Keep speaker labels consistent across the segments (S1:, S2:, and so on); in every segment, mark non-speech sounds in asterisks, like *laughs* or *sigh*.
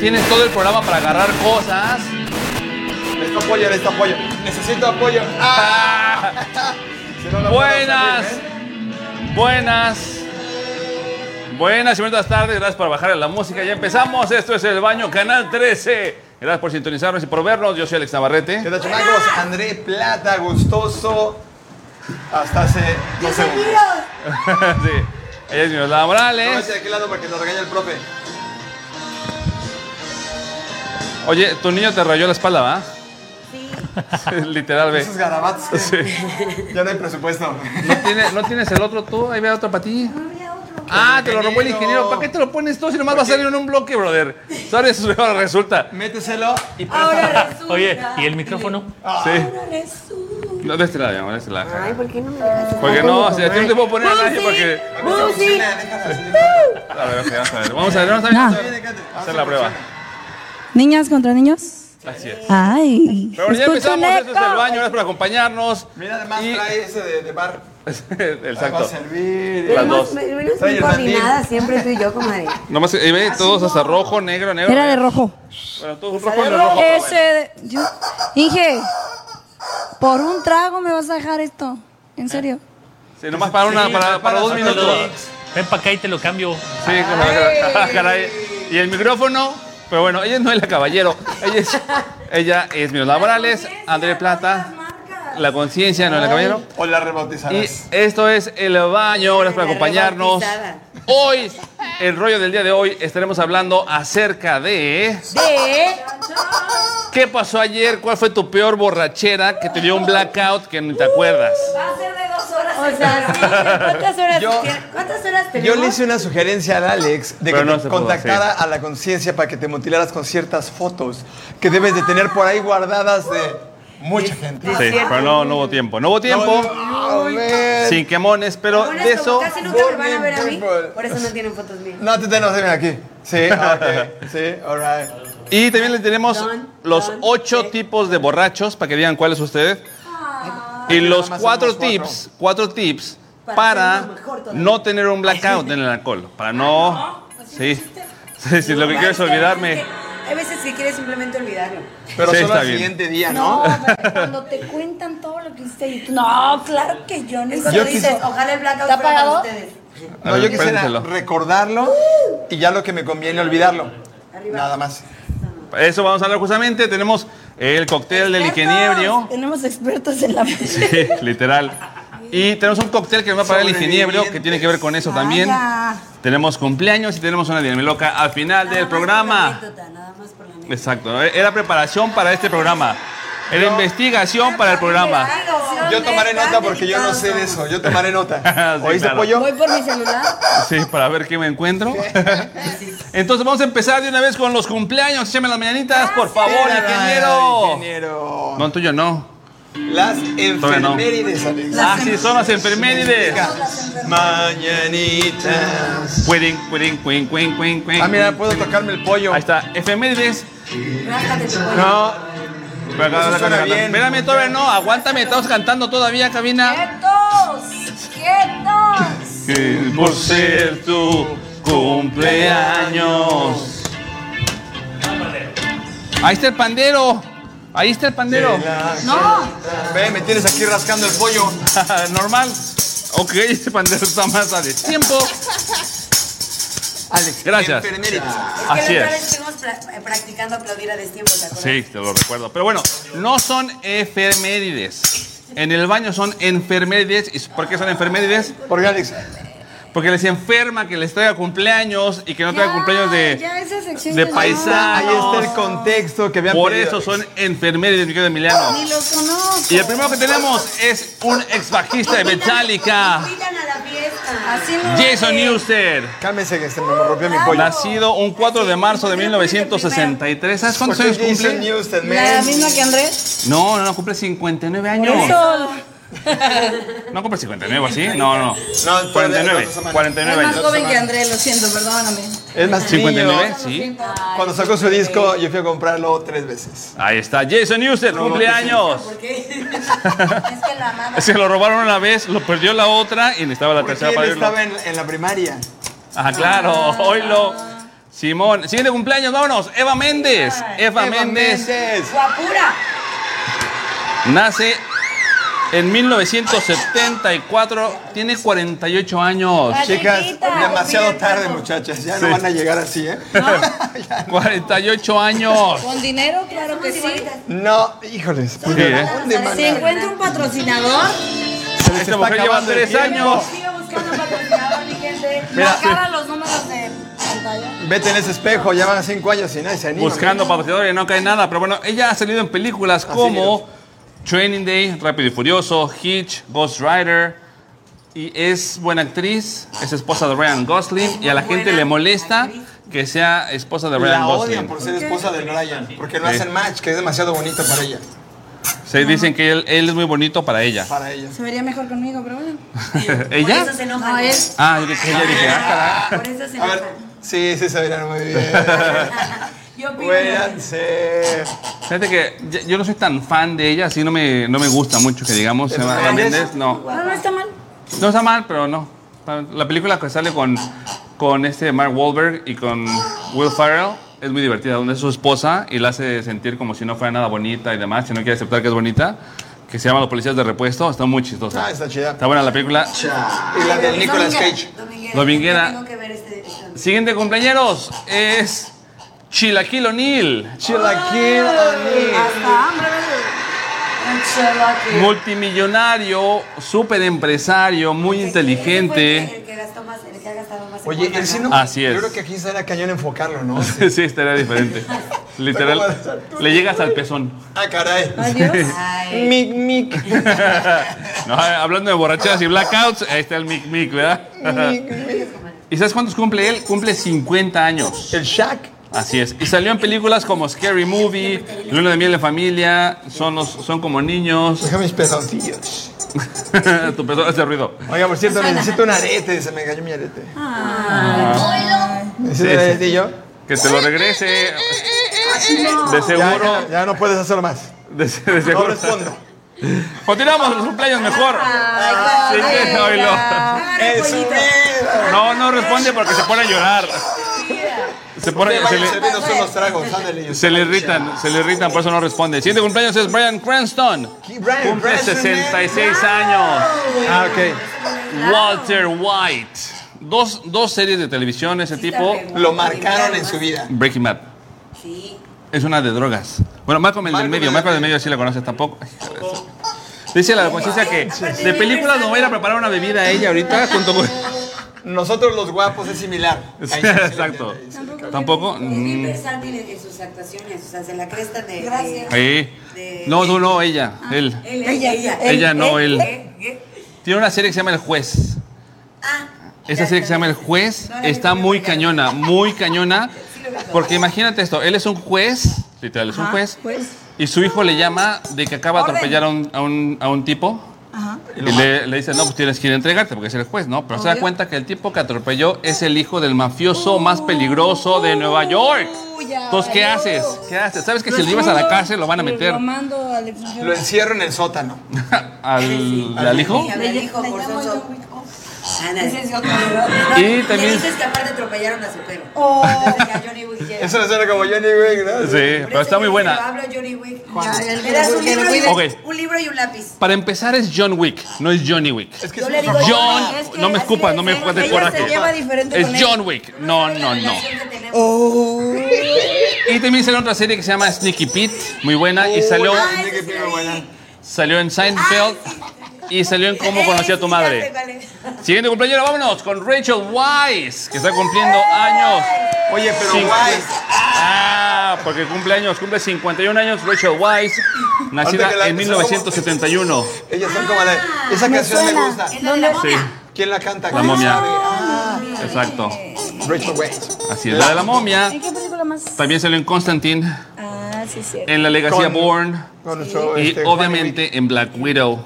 S1: Tienes todo el programa para agarrar cosas.
S2: Necesito apoyo, necesito apoyo. Necesito apoyo. ¡Ah! Si no, no puedo
S1: Buenas.
S2: salir, ¿eh?
S1: *laughs* Buenas. Buenas y buenas tardes. Gracias por bajar la música. Ya empezamos. Esto es El Baño, Canal 13. Gracias por sintonizarnos y por vernos. Yo soy Alex
S2: ¿Qué
S1: Navarrete.
S2: tal, chamacos? ¿eh? André Plata, gustoso. Hasta hace dos segundos.
S1: *laughs* sí. Ella es Miroslava
S2: No voy a
S1: Morales.
S2: decir de qué lado porque nos regaña el profe.
S1: Oye, tu niño te rayó la espalda,
S2: *laughs*
S1: ¿va? *laughs* Sí. Literal, ve.
S2: Esos garabatos. que-
S1: Sí.
S2: *laughs* Ya no hay presupuesto.
S1: ¿No, tiene- no tienes el otro tú? Ahí vea otro para ti. Ah, te lo robó el ingeniero. ¿Para qué te lo pones tú si nomás va a salir en un bloque, brother? Sorry, eso resulta.
S2: Méteselo y
S3: Ahora
S1: *laughs*
S3: resulta.
S4: Oye, ¿y el
S1: Sí.
S4: micrófono?
S3: Ahora resulta.
S1: No, de este lado, mi amor, de este lado.
S3: Ay, ¿por qué no me dejas?
S1: Porque no, si a ti no te puedo poner a nadie
S3: Busi,
S1: porque.
S3: Busi.
S1: A ver, ok, vamos a ver. Vamos a ver, vamos a ver. Vamos a ver. Hacer la prueba.
S5: ¿Niñas contra niños?
S1: Así es.
S5: Ay,
S1: Pero bueno, ya
S5: escucho un
S1: empezamos, esto es el
S5: eco.
S1: baño, gracias por acompañarnos.
S2: Mira, además
S1: Y-
S2: trae ese de, de bar. Va a
S1: *laughs* Exacto.
S2: servir.
S1: Las
S3: Venimos
S1: dos.
S3: venimos
S2: Soy
S3: muy
S2: el
S3: coordinadas siempre tú y
S1: *laughs*
S3: yo, comadre.
S1: Nomás, eh, ve, todos hasta rojo, negro, negro.
S5: Era de
S1: negro.
S5: rojo.
S1: Bueno, tú rojo, negro, rojo.
S5: Ese de- yo- Inge, por un trago me vas a dejar esto. En serio.
S1: pues. Sí, nomás para, una,
S4: Sí,
S1: para, para dos
S2: para
S1: minutos.
S2: dos.
S4: Ven para acá y te lo cambio.
S1: Sí, como la *laughs* caray. Y el micrófono, pero bueno, ella no es la caballero. Ella es, ella es Miroslava Morales, André Plata, la conciencia, no es la caballero.
S2: O la
S1: Y
S2: rebautizarás.
S1: esto es El Baño, gracias por
S3: La
S1: acompañarnos.
S3: rebautizada.
S1: Hoy, el rollo del día de hoy, estaremos hablando acerca de...
S3: De.
S1: ¿Qué pasó ayer? ¿Cuál fue tu peor borrachera que te dio un blackout que ni te acuerdas?
S5: Va a ser de dos horas.
S3: O sea, sí, ¿cuántas horas,
S2: Yo-
S3: ¿cuántas horas tenemos?
S2: Yo le hice una sugerencia al Alex de
S1: Pero
S2: que
S1: no
S2: te
S1: se pudo,
S2: contactara a la conciencia para que te mutilaras con ciertas fotos que debes de tener por ahí guardadas de mucha gente.
S1: Sí, pero no, no hubo tiempo. No hubo tiempo,
S2: A ver.
S1: sin quemones, pero
S3: Algunas
S1: de
S3: como
S1: eso...
S3: Casi nunca me van a ver a mí.
S2: Burning people.
S3: Por eso no tienen fotos mías.
S2: No, te tenemos ven aquí.
S1: *laughs*
S2: Sí, ok. Sí, alright.
S1: Y también le tenemos
S3: Don,
S1: los
S3: don,
S1: ocho
S3: sí.
S1: tipos de borrachos para que digan cuál es usted. Y los
S2: nada más
S1: cuatro
S2: somos cuatro.
S1: tips, cuatro tips
S3: Ah. Para
S1: para
S3: hacerlo mejor todavía. Ah,
S1: no tener un blackout en el alcohol. Para no. Sí. *laughs* Sí, sí, lo que quiero es olvidarme.
S3: Hay veces que quieres simplemente olvidarlo.
S2: Pero
S1: Sí,
S2: solo
S1: está
S2: al
S1: bien.
S2: siguiente día,
S5: No,
S2: ¿no?
S5: pero cuando te cuentan todo lo que hiciste y tú, *laughs* no, claro que yo no hice
S3: Cuando
S5: eso.
S3: dices, ojalá el blackout
S5: ¿Está
S3: fuera para
S5: apagado?
S3: ustedes.
S1: A
S2: No,
S1: ver,
S2: yo quisiera
S1: préndeselo.
S2: recordarlo y ya lo que me conviene olvidarlo.
S3: Arriba.
S2: Nada más.
S1: Eso vamos a hablar justamente. Tenemos el cóctel del ingeniebrio.
S5: Tenemos expertos en la *laughs*
S1: Sí, literal. Y tenemos un cóctel que nos va a pagar el ingeniebrio, que
S2: Sobrevivientes.
S1: tiene que ver con eso también.
S5: Vaya.
S1: Tenemos cumpleaños y tenemos una dinamiloca al final
S3: Nada
S1: del
S3: más por la
S1: programa.
S3: anécdota, Nada más por la anécdota.
S1: Exacto, ¿no? era preparación para este programa. Era investigación para el programa.
S3: Investigación
S2: Yo tomaré
S3: de
S2: nota
S3: Juan
S2: porque yo no sé de
S3: Ricardo.
S2: eso. Yo tomaré nota.
S1: *laughs* Sí,
S2: ¿Oíste,
S1: claro.
S2: pollo?
S3: Voy por mi celular.
S1: Sí, para ver qué me
S2: *laughs*
S1: encuentro. Entonces vamos a empezar de una vez con los cumpleaños. Échame las mañanitas, por favor, ingeniero.
S2: Ingeniero.
S1: No, tuyo no.
S2: Las
S1: Todavía no.
S2: enfermerides, Alex.
S1: Ah, sí, son las enfermerides.
S2: Mañanitas.
S1: Cuirin, cuirin, cuin, cuin, cuin, cuin.
S2: Ah, mira, puedo tocarme el pollo.
S1: Ahí está, efemérides.
S3: Rájate tu pollo.
S2: No, suena bien.
S1: Espérame, todavía no. Aguántame, estamos cantando todavía, cabina.
S5: ¡Quietos! ¡Quietos!
S1: Por ser tu cumpleaños. Ahí está el pandero. Ahí está el pandero.
S5: ¡No!
S2: Ve, me tienes aquí rascando el pollo.
S1: *laughs* Normal. Ok, ese pandero está más a destiempo.
S2: Alex,
S1: Gracias.
S2: enfermerides.
S1: Así
S3: que la otra vez
S1: es.
S3: estuvimos pla- practicando aplaudir a destiempo, ¿te acuerdas?
S1: Sí, te lo recuerdo. Pero bueno, no son efemérides. En el baño son enfermerides. ¿Y por qué son enfermerides?
S2: Porque Alex,
S1: Porque les enferma que les traiga cumpleaños y que no traiga
S5: Ya,
S1: cumpleaños de,
S5: ya, esa sección
S1: de
S5: ya no.
S2: ahí está
S1: paisanos.
S2: el contexto que habían
S1: Por
S2: pedido,
S1: eso
S2: Alex.
S1: son enfermerides, mi querido Emiliano.
S5: Ni lo conozco.
S1: Y el primero que tenemos es un ex bajista de Metallica,
S3: Invitan a la fiesta.
S5: Así no
S1: Jason
S5: es.
S1: Newsted.
S2: Cálmense que se me rompió mi pollo.
S1: Nacido un 4 de marzo de 1963. ¿Sabes cuántos
S2: ¿Por
S1: años
S2: qué Jason
S1: cumple?
S2: Newsted,
S5: La
S2: man?
S5: misma que Andrés.
S1: No, no, no, cumple 59 años.
S5: Eso.
S1: No cumple 59, ¿sí? No, no.
S2: No,
S1: 49, 49
S5: Es más
S1: años.
S5: joven que Andrés, lo siento, perdóname.
S2: Es más niño.
S1: 59, sí.
S2: Cuando sacó su disco, yo fui a comprarlo tres veces.
S1: Ahí está, Jason Newsted, cumpleaños.
S3: ¿Por qué? *laughs* es que la amaba.
S1: Se lo robaron una vez, lo perdió la otra y necesitaba Ah. la
S2: Porque
S1: tercera
S2: él
S1: para irlo.
S2: estaba en, en la primaria.
S1: Ah, claro, oílo. Simón. Siguiente cumpleaños, vámonos. Eva Méndez. Eva,
S2: Eva
S1: Méndez.
S2: Méndez.
S3: Guapura.
S1: Nace en 1974. Tiene 48 años.
S5: Ay.
S2: Chicas,
S5: Chiquita.
S2: demasiado
S3: Bien,
S2: tarde,
S3: guapo.
S2: muchachas. Ya no van a llegar así, ¿eh?
S1: 48 años.
S5: Con dinero, claro que sí.
S2: No, híjoles. pues,
S1: ¿eh?
S2: ¿dónde mandan?
S5: Se encuentra un patrocinador.
S2: Se
S1: Esta
S2: les está
S1: mujer lleva
S2: acabando el
S1: 3
S2: tiempo.
S1: años.
S3: Sigue buscando patrocinador, mi gente.
S1: Mira,
S5: Marcara los números de pantalla.
S2: Vete en ese espejo, ya van cinco años y nadie se anima.
S1: buscando patrocinadores, no cae nada. Pero bueno, ella ha salido en películas como Training Day, Rápido y Furioso, Hitch, Ghost Rider. Y es buena actriz, es esposa de Ryan Gosling. Y a la
S3: Buena
S1: gente le molesta
S3: actriz.
S1: que sea esposa de Ryan
S2: La
S1: Gosling.
S2: odian por ser esposa de Ryan, porque no
S1: Sí.
S2: hacen match, que es demasiado bonito para ella.
S1: Se dicen que él, él es muy bonito para ella.
S2: Para ella.
S5: Se vería mejor conmigo, pero bueno.
S1: *laughs* ¿Ella?
S3: Por eso se enojan.
S5: No, él.
S1: Ah, yo dije- ella dije, ah, caray.
S3: Por eso se
S2: A ver,
S3: enojan.
S2: sí, sí se verán
S1: *laughs*
S2: muy bien.
S3: *laughs* Yo opino.
S2: Huéranse.
S1: Fíjate que ya- yo no soy tan fan de ella, así no me, no me gusta mucho que digamos.
S2: ¿Es
S1: Eva
S2: fan?
S1: Méndez, no.
S5: No, no está mal.
S1: No está mal, pero no. La película que sale con, con este Mark Wahlberg y con Will Ferrell es muy divertida, donde es su esposa y la hace sentir como si no fuera nada bonita y demás, si no quiere aceptar que es bonita, que se llama Los Policías de Repuesto, está muy chistosa.
S2: Ah, está chida.
S1: Está buena la película.
S2: Cha. Y la de Nicolas Cage.
S3: Dominguera.
S1: Dominguera.
S3: Tengo que ver este. este-
S1: Siguiente cumpleañeros es Chilaquil O'Neal,
S2: Chilaquil O'Neal.
S3: Hasta hambre. Un chelaquil.
S1: multimillonario, súper empresario, muy
S3: Ese fue
S1: inteligente.
S3: El que gastó más, el que ha gastado más. en
S2: Oye,
S3: Puebla,
S2: él sí no.
S1: Así es.
S2: Yo creo que aquí será cañón
S1: *laughs*
S2: enfocarlo, ¿no?
S1: Sí, estaría diferente. Literal, le llegas al pezón.
S2: Ah, caray.
S5: Adiós.
S3: Ay.
S2: Mic, mic.
S1: No, hablando de borracheras y blackouts, ahí está el Mic Mic, ¿verdad? *laughs* ¿Y sabes cuántos cumple él? Cumple 50 años.
S2: El Shaq.
S1: Así es. Y salió en películas como Scary Movie, Luna de Miel en Familia, Son, los- son como niños. *laughs*
S2: Déjame mis pezoncillos.
S1: tu pezón hace ruido.
S2: Oiga, por cierto, necesito un arete. Se me cayó mi arete.
S3: Ah.
S2: Necesito
S1: Sí,
S2: un
S1: sí.
S2: aretillo.
S1: Que te lo regrese. De
S2: Ya,
S1: seguro.
S2: ya, ya no puedes hacerlo más.
S1: De, de
S2: No
S1: seguro.
S2: respondo.
S1: Continuamos los cumpleaños mejor.
S2: Ah.
S1: Sí, que, oílo.
S3: Hágale, pollito.
S1: No, no responde porque se pone a llorar. Se pone, se le-
S2: Váyanse viendo son los tragos. Ándale.
S1: Se le irritan, se le irritan, por eso no responde. Siguiente cumpleaños es Brian Cranston.
S2: Bryan
S1: Cumple
S2: Cranston,
S1: 66 años.
S2: Ah, ok.
S1: Walter White. Dos, dos series de televisión, ese tipo.
S2: Lo marcaron en su vida.
S1: Breaking Bad.
S3: Sí.
S1: Es una de drogas. Bueno, Malcolm el del
S2: Malcolm
S1: medio.
S2: el
S1: Malcolm el del
S2: del
S1: medio sí la conoces tampoco. Ay, joder, eso. Dice la conciencia que de películas no voy a ir a preparar una bebida a ella ahorita junto con...
S2: Nosotros los guapos es similar. Ahí sí, sí,
S1: Exacto.
S2: ahí sí.
S1: Tampoco.
S3: Es bien
S1: Mm.
S3: versátil en en sus actuaciones, o sea, se la cresta de.
S5: Gracias.
S3: de-
S1: Ahí. No, no, no, ella. Él.
S3: Él, eh. ella, ella.
S1: Ella no, él.
S3: ¿Qué? ¿Qué?
S1: Tiene una serie que se llama El Juez.
S3: Ah.
S1: Esa serie que se llama El Juez está muy cañona, muy cañona. Porque imagínate esto, él es un juez, literal, es un juez,
S5: Pues,
S1: y su hijo le llama de que acaba de
S5: Orden.
S1: atropellar a un, a un- a un tipo.
S5: ajá.
S1: Y le, le dice, no, pues tienes que ir a entregarte porque es el juez, ¿no? Pero se da
S5: Obvio.
S1: cuenta que el tipo que atropelló es el hijo del mafioso más peligroso de Nueva York.
S5: Uy, ya
S1: Entonces, ¿qué
S5: valió.
S1: haces? ¿Qué haces? ¿Sabes que
S5: Lo
S1: si lo llevas a la
S5: escondo,
S1: cárcel lo van a
S5: lo-
S1: meter
S5: Lo mando al
S2: Lo
S5: extranjero.
S2: encierro en el sótano.
S1: al, al hijo?
S3: Y habla el hijo
S5: Le
S3: por
S5: llamo
S3: sonso.
S5: yo.
S3: Ana.
S5: Ese es
S2: *laughs*
S5: otro, ¿verdad?
S1: Y
S3: Le
S1: también-
S3: dices que aparte atropellaron a su perro. *laughs*
S5: Oh.
S3: Entonces, a Johnny Wick llega.
S2: Eso le suena como Johnny Wick, ¿no?
S1: Sí, pero está muy
S3: Lo
S1: buena.
S3: hablo Johnny Wick.
S5: Ya, el-
S3: Le das un
S5: el- el-
S3: libro, y un,
S1: Ok.
S3: un libro y un lápiz.
S1: Para empezar es John Wick, no es Johnny Wick.
S2: Es que
S3: Yo
S2: es
S3: le
S2: un-
S3: digo
S1: John,
S5: Es que
S1: no me
S5: así
S1: escupas,
S5: le
S1: no me
S5: decían,
S1: escupas de
S5: ella
S1: coraje.
S5: se lleva diferente
S1: Es
S5: con él.
S1: John Wick. No, no, no.
S5: Oh.
S1: Y también salió otra serie que se llama Sneaky Pete, muy buena, y salió,
S2: Ah, Tiene que pegar buena.
S1: salió en Seinfeld y salió en Cómo conocí
S5: Eh,
S1: a tu madre. Siguiente cumpleaños, vámonos con Rachel Wise, que está cumpliendo años.
S2: Oye, pero
S1: Sí.
S2: guay.
S1: Ah, porque cumple años, cumple 51 años Rachel Wise,
S2: Ahorita que
S1: nacida
S2: la-
S1: en 1971.
S2: Ellas son como la.
S3: Ah,
S2: Esa canción me
S5: suena.
S2: gusta.
S3: ¿Dónde?
S1: Sí,
S2: ¿Quién la canta?
S1: La
S2: ¿Quién
S1: momia.
S2: sabe? Ah,
S1: exacto.
S2: Rachel Weisz.
S1: Así es, la de la momia.
S5: ¿En qué película más?
S1: También salió en Constantine,
S5: Ah, sí, cierto.
S1: en La Legacía
S2: Con-
S1: Bourne
S2: Con nuestro,
S1: y
S2: este, Juan
S1: obviamente en Black Widow.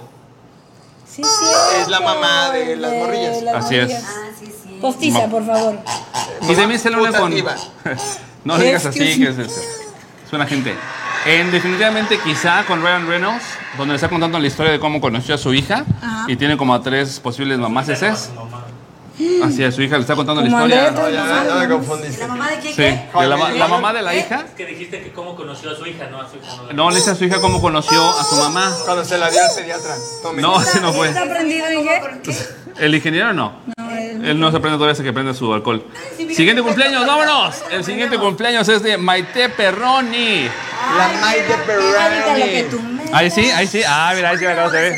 S5: Sí, oh, cierto.
S2: Es la mamá de las morrillas.
S5: las
S1: Así es.
S5: morrillas.
S3: Ah, sí, sí.
S5: Postiza, por favor.
S1: Y también se lo une
S2: Puta
S1: con.
S2: diva.
S1: *laughs* no digas así,
S5: Excuse
S1: que es eso. Es una gente. En definitivamente, quizá con Ryan Reynolds, donde le está contando la historia de cómo conoció a su hija y tiene como a tres posibles mamás esas. Así es, su hija le está contando la
S5: Mm. Como
S1: historia.
S5: Andrés.
S2: No, ya, ya, ya me
S3: ¿La
S2: confundiste.
S3: mamá de quién?
S1: Sí,
S3: qué?
S1: de la, ma- la mamá de la
S3: ¿Eh?
S1: hija.
S4: Es que dijiste que cómo conoció a su hija, no a su hija. No,
S1: No, le dice a su hija cómo conoció a su mamá.
S2: Cuando se la dio al pediatra. Tome.
S1: No, ese no fue.
S5: ¿Está prendido, Inge?
S3: ¿Por qué?
S1: El ingeniero no.
S5: No, él.
S1: Él no se aprende todavía hasta que prende su alcohol.
S3: sí, mira,
S1: Siguiente
S3: perfecto.
S1: cumpleaños, vámonos. El siguiente cumpleaños es de Maite Perroni.
S2: La Maite
S5: Ahorita lo que
S2: Perroni.
S5: tú me
S1: Ahí sí, ahí sí. Ah, mira, ahí sí la acabo de ver.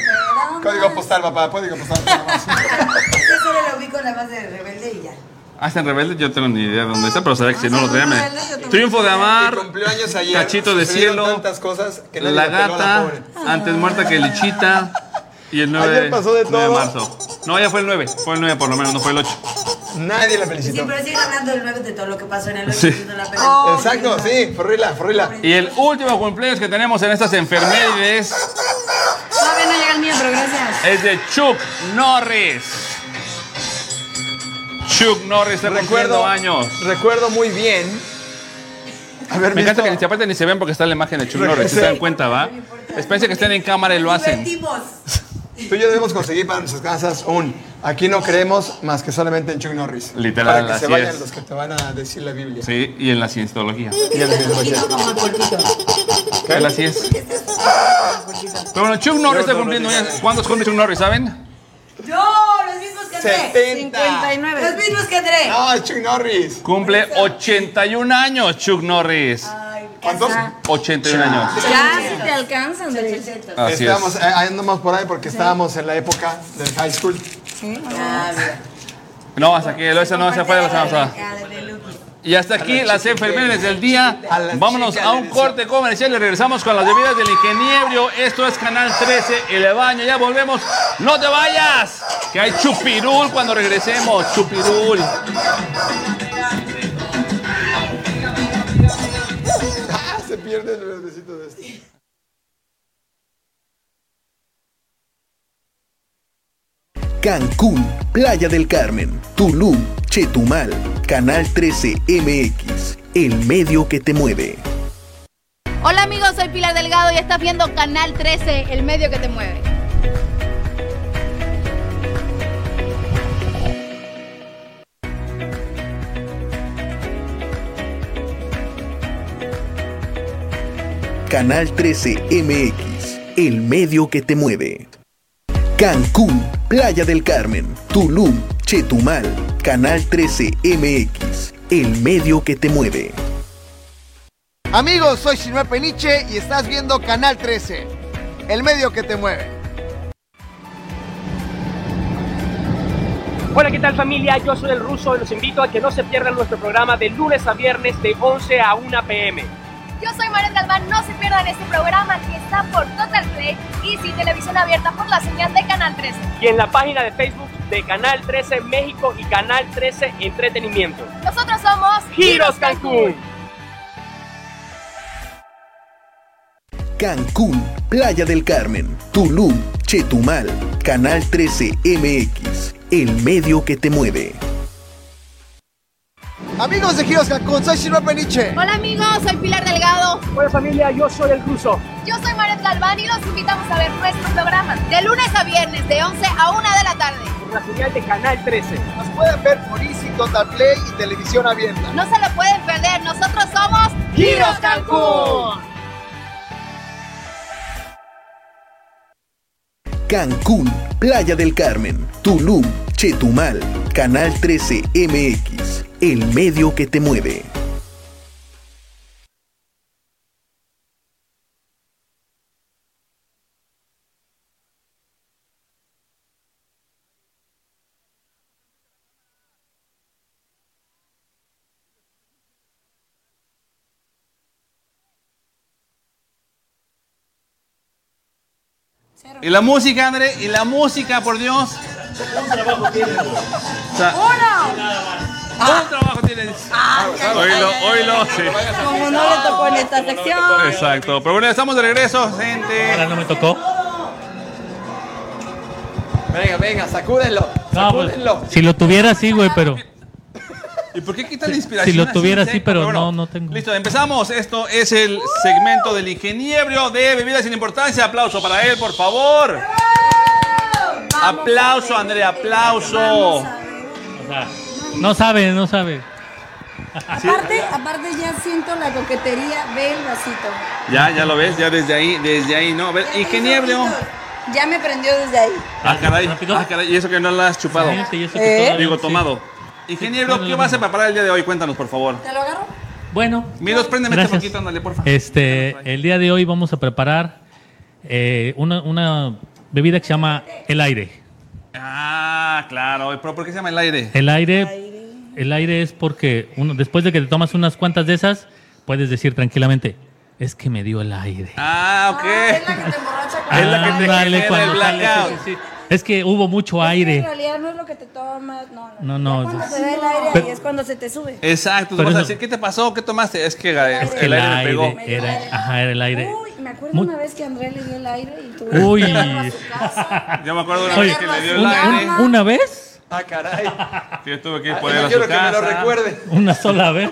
S2: Código postal, papá. Código postal. nada más.
S3: *laughs* Yo solo la ubico en la base de Rebelde y ya.
S1: Ah, está en Rebelde, yo tengo ni idea de dónde está, pero sabía que si no lo tenía.
S3: Rebelde, yo
S1: me-
S3: también.
S1: Triunfo de
S2: Que
S1: amar,
S2: cumplió años ayer.
S1: Cachito de
S2: Sucedieron
S1: cielo.
S2: tantas cosas que nadie
S1: la
S2: le peló a la
S1: gata,
S2: pobre.
S1: antes muerta que lichita. Y el 9
S2: Ayer pasó de
S1: 9
S2: todo.
S1: marzo. No, ya fue el 9, fue el 9 por lo menos, no fue el 8.
S2: Nadie la
S3: Sí,
S2: felicitó.
S3: pero siguen hablando del 9 de todo lo que pasó en el 8
S1: Sí.
S3: y no la pelea.
S2: Exacto, sí. Forrila, forrila.
S1: Y el último cumpleaños que tenemos en estas enfermedades
S5: Todavía no llega el mío, pero gracias.
S1: es de Chuck Norris. Chuck Norris está cumpliendo
S2: Recuerdo
S1: años.
S2: Recuerdo muy bien. Haber
S1: Me encanta
S2: visto-
S1: que ni se aparten ni se ven porque está la imagen de Chuck
S2: Re-
S1: Norris. Si
S2: sí.
S1: se dan cuenta, ¿va? Espérense que estén en cámara y lo hacen.
S3: Divertimos.
S2: Tú y yo debemos conseguir para nuestras casas un. Aquí no creemos más que solamente en Chuck Norris.
S1: Literal,
S2: Para que se
S1: así
S2: vayan
S1: es.
S2: los que te van a decir la Biblia.
S1: Sí, y en la cienciología.
S2: Y a la teología.
S1: Él así es. Pero bueno, Chuck Norris está cumpliendo años. ¿Cuántos cumple Chuck Norris, saben?
S3: Yo, los mismos que André.
S2: 70.
S5: 59.
S3: Los mismos que André.
S2: No, es Chuck Norris.
S1: Cumple 81 años Chuck Norris.
S2: ¿Cuántos?
S1: 81 años.
S5: Ya, si te alcanzan, Andrés.
S1: Así es.
S2: Estábamos, eh, andamos por ahí porque estábamos en la época del high school.
S5: Sí,
S3: Ah, mira.
S1: No, hasta aquí, esa no se fue de la semana pasada. Y hasta aquí las enfermeras del día.
S2: A la
S1: Vámonos
S2: chica
S1: a
S2: le
S1: un
S2: decía.
S1: corte comercial y regresamos con las bebidas del ingeniero. Esto es Canal 13, el baño. Ya volvemos. ¡No te vayas! Que hay chupirul cuando regresemos. Chupirul.
S2: Ah, se pierde el verdecito de este.
S6: Cancún, Playa del Carmen, Tulum, Chetumal, Canal 13 MX, el medio que te mueve.
S7: Hola amigos, soy Pilar Delgado y estás viendo Canal 13, el medio que te mueve.
S6: Canal 13 MX, el medio que te mueve. Cancún, Playa del Carmen, Tulum, Chetumal, Canal 13 MX, el medio que te mueve.
S8: Amigos, soy Shinue Peniche y estás viendo Canal 13, el medio que te mueve.
S9: Hola, ¿qué tal familia? Yo soy el ruso y los invito a que no se pierdan nuestro programa de lunes a viernes de 11 a 1 pm.
S7: Yo soy Marian Galván, no se pierdan este programa que está por Total Play y sin televisión abierta por la señal de Canal 13.
S9: Y en la página de Facebook de Canal 13 México y Canal 13 Entretenimiento.
S7: Nosotros somos
S9: Giros Cancún.
S6: Cancún, Playa del Carmen, Tulum, Chetumal, Canal 13 MX, el medio que te mueve.
S8: Amigos de Giros Cancún, soy Shinue Peniche.
S7: Hola amigos, soy Pilar Delgado.
S9: Hola Pues, familia, yo soy el ruso.
S7: Yo soy Marian Galván y los invitamos a ver nuestro programa de lunes a viernes de 11 a 1 de la tarde.
S9: Por la señal de Canal 13.
S8: Nos pueden ver por Easy, Total Play y televisión abierta.
S7: No se lo pueden perder, nosotros somos
S9: Giros Cancún.
S6: Cancún, Playa del Carmen, Tulum, Chetumal, Canal 13 MX, el medio que te mueve.
S1: Y la música, André. Y la música, por Dios. O sea, Un trabajo tienes. Oílo, oílo. sí.
S5: Como no le tocó en esta sección.
S1: Exacto. Pero bueno, estamos de regreso, gente.
S4: Ahora no me tocó.
S2: Venga, venga, sacúdenlo.
S4: No, pues,
S2: Sacúdenlo.
S4: si lo tuviera así, güey, pero.
S1: ¿Y por qué quita la inspiración?
S4: si lo
S1: así
S4: tuviera,
S1: en
S4: sí,
S1: seco?
S4: pero no, no tengo.
S1: Listo, empezamos. Esto es el segmento del ingeniero de bebidas sin importancia. Aplauso para él, por favor. Aplauso, Andrea, aplauso.
S4: sea, no sabe, no sabe.
S5: Aparte, aparte ya siento la coquetería, ve el vasito.
S1: Ya, ya lo ves, ya desde ahí, desde ahí, ¿no? A ver, ¿y qué niebla?
S5: Ya me prendió desde ahí.
S1: Ah, caray,
S4: Rápido.
S1: ah, caray, y eso que no la has chupado.
S4: Fíjate, y eso que
S5: ¿Eh?
S4: todavía-
S1: Digo,
S4: sí.
S1: tomado. Ingeniero, ¿qué vas a preparar el día de hoy? Cuéntanos, por favor.
S5: ¿Te lo agarro?
S4: Bueno,
S1: Miros, préndeme este
S4: Gracias.
S1: poquito, ándale, porfa.
S4: Este, el día de hoy vamos a preparar eh, una, una bebida que se llama el aire.
S1: Ah, claro, pero ¿por qué se llama el aire?
S4: El aire, el aire es porque uno, después de que te tomas unas cuantas de esas, puedes decir tranquilamente, es que me dio el aire.
S1: Ah,
S5: Ah, es
S1: ok.
S5: la que te emborracha con
S1: Es la que te
S4: Ándale,
S1: genera el
S4: cuando sale,
S1: blackout.
S4: sí, sí, sí. Es que hubo mucho
S5: En
S4: aire.
S5: realidad no es lo que te tomas, no, no.
S4: No, no,
S5: Ya cuando
S4: es-
S5: te da el aire
S4: Pero-
S5: ahí es cuando se te sube.
S1: Exacto, te
S4: Pero
S1: vas a
S4: eso-
S1: decir, ¿qué te pasó? ¿Qué tomaste? Es que eh,
S4: Es que
S1: el aire me pegó.
S4: era, ajá, era el aire.
S5: Uy, me acuerdo
S4: Mu-
S5: una vez que André le dio el aire y tú.
S4: Uy.
S1: Yo me acuerdo una
S4: Oye,
S1: vez que le dio el
S4: un-
S1: aire,
S4: un- ¿Una vez?
S2: Ah, caray.
S1: que yo tuve que ir
S2: Ah,
S1: por él
S2: no
S1: a su
S2: quiero que me lo
S1: casa.
S2: recuerde.
S4: ¿Una sola vez?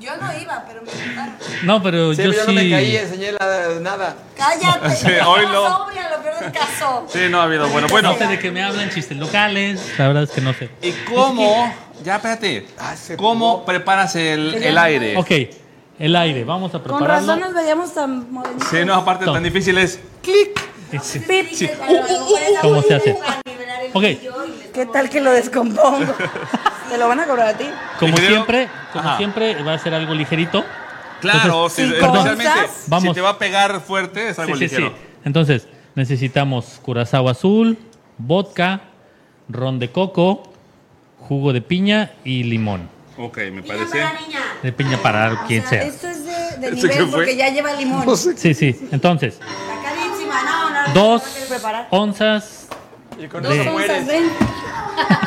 S3: Yo no iba, pero me invitaron.
S4: *laughs* No, pero
S2: Sí,
S4: yo
S2: pero yo
S4: sí.
S2: no me caí, enseñé la- nada.
S3: Cállate.
S1: Sí, hoy no.
S3: Sobria, lo peor del caso.
S1: Sí, no ha habido. Bueno, bueno.
S4: No sé de qué me hablan chistes locales. La verdad es que no sé.
S1: ¿Y cómo? Ya, espérate.
S2: Ah, se
S1: ¿Cómo preparas el, el aire?
S4: Ok, el aire. Vamos a
S5: Con razón
S4: prepararlo.
S5: nos veíamos tan modernitos.
S1: Sí, no, aparte tan difícil es.
S4: Sí.
S5: Pip.
S4: ¿Cómo se hace? Ok,
S5: ¿Qué tal que lo descompongo? te lo van a cobrar a ti.
S4: como
S1: Ingeniero.
S4: siempre, como
S1: Ajá.
S4: siempre va a ser algo ligerito.
S1: Claro,
S4: Entonces,
S1: si-
S5: sí,
S1: especialmente
S5: cosas.
S1: si
S4: Vamos.
S1: te va a pegar fuerte, es algo
S4: sí, sí,
S1: ligero.
S4: sí. Entonces, necesitamos curazao azul, vodka, ron de coco, jugo de piña y limón.
S1: Ok, me
S3: Dígame
S1: parece.
S3: la niña.
S4: De piña
S3: Ah,
S4: para quien
S5: O sea,
S4: sea.
S5: esto es de, de
S1: ¿Ese qué
S5: nivel
S1: fue?
S5: porque ya lleva limón.
S4: Sí, sí. Entonces,
S3: La carísima, no, no. no,
S4: dos
S3: no quiero preparar.
S4: onzas.
S2: Y con
S4: Dos
S2: eso
S5: Son
S1: ¿eh?
S2: mueres.
S5: ven.
S4: *laughs*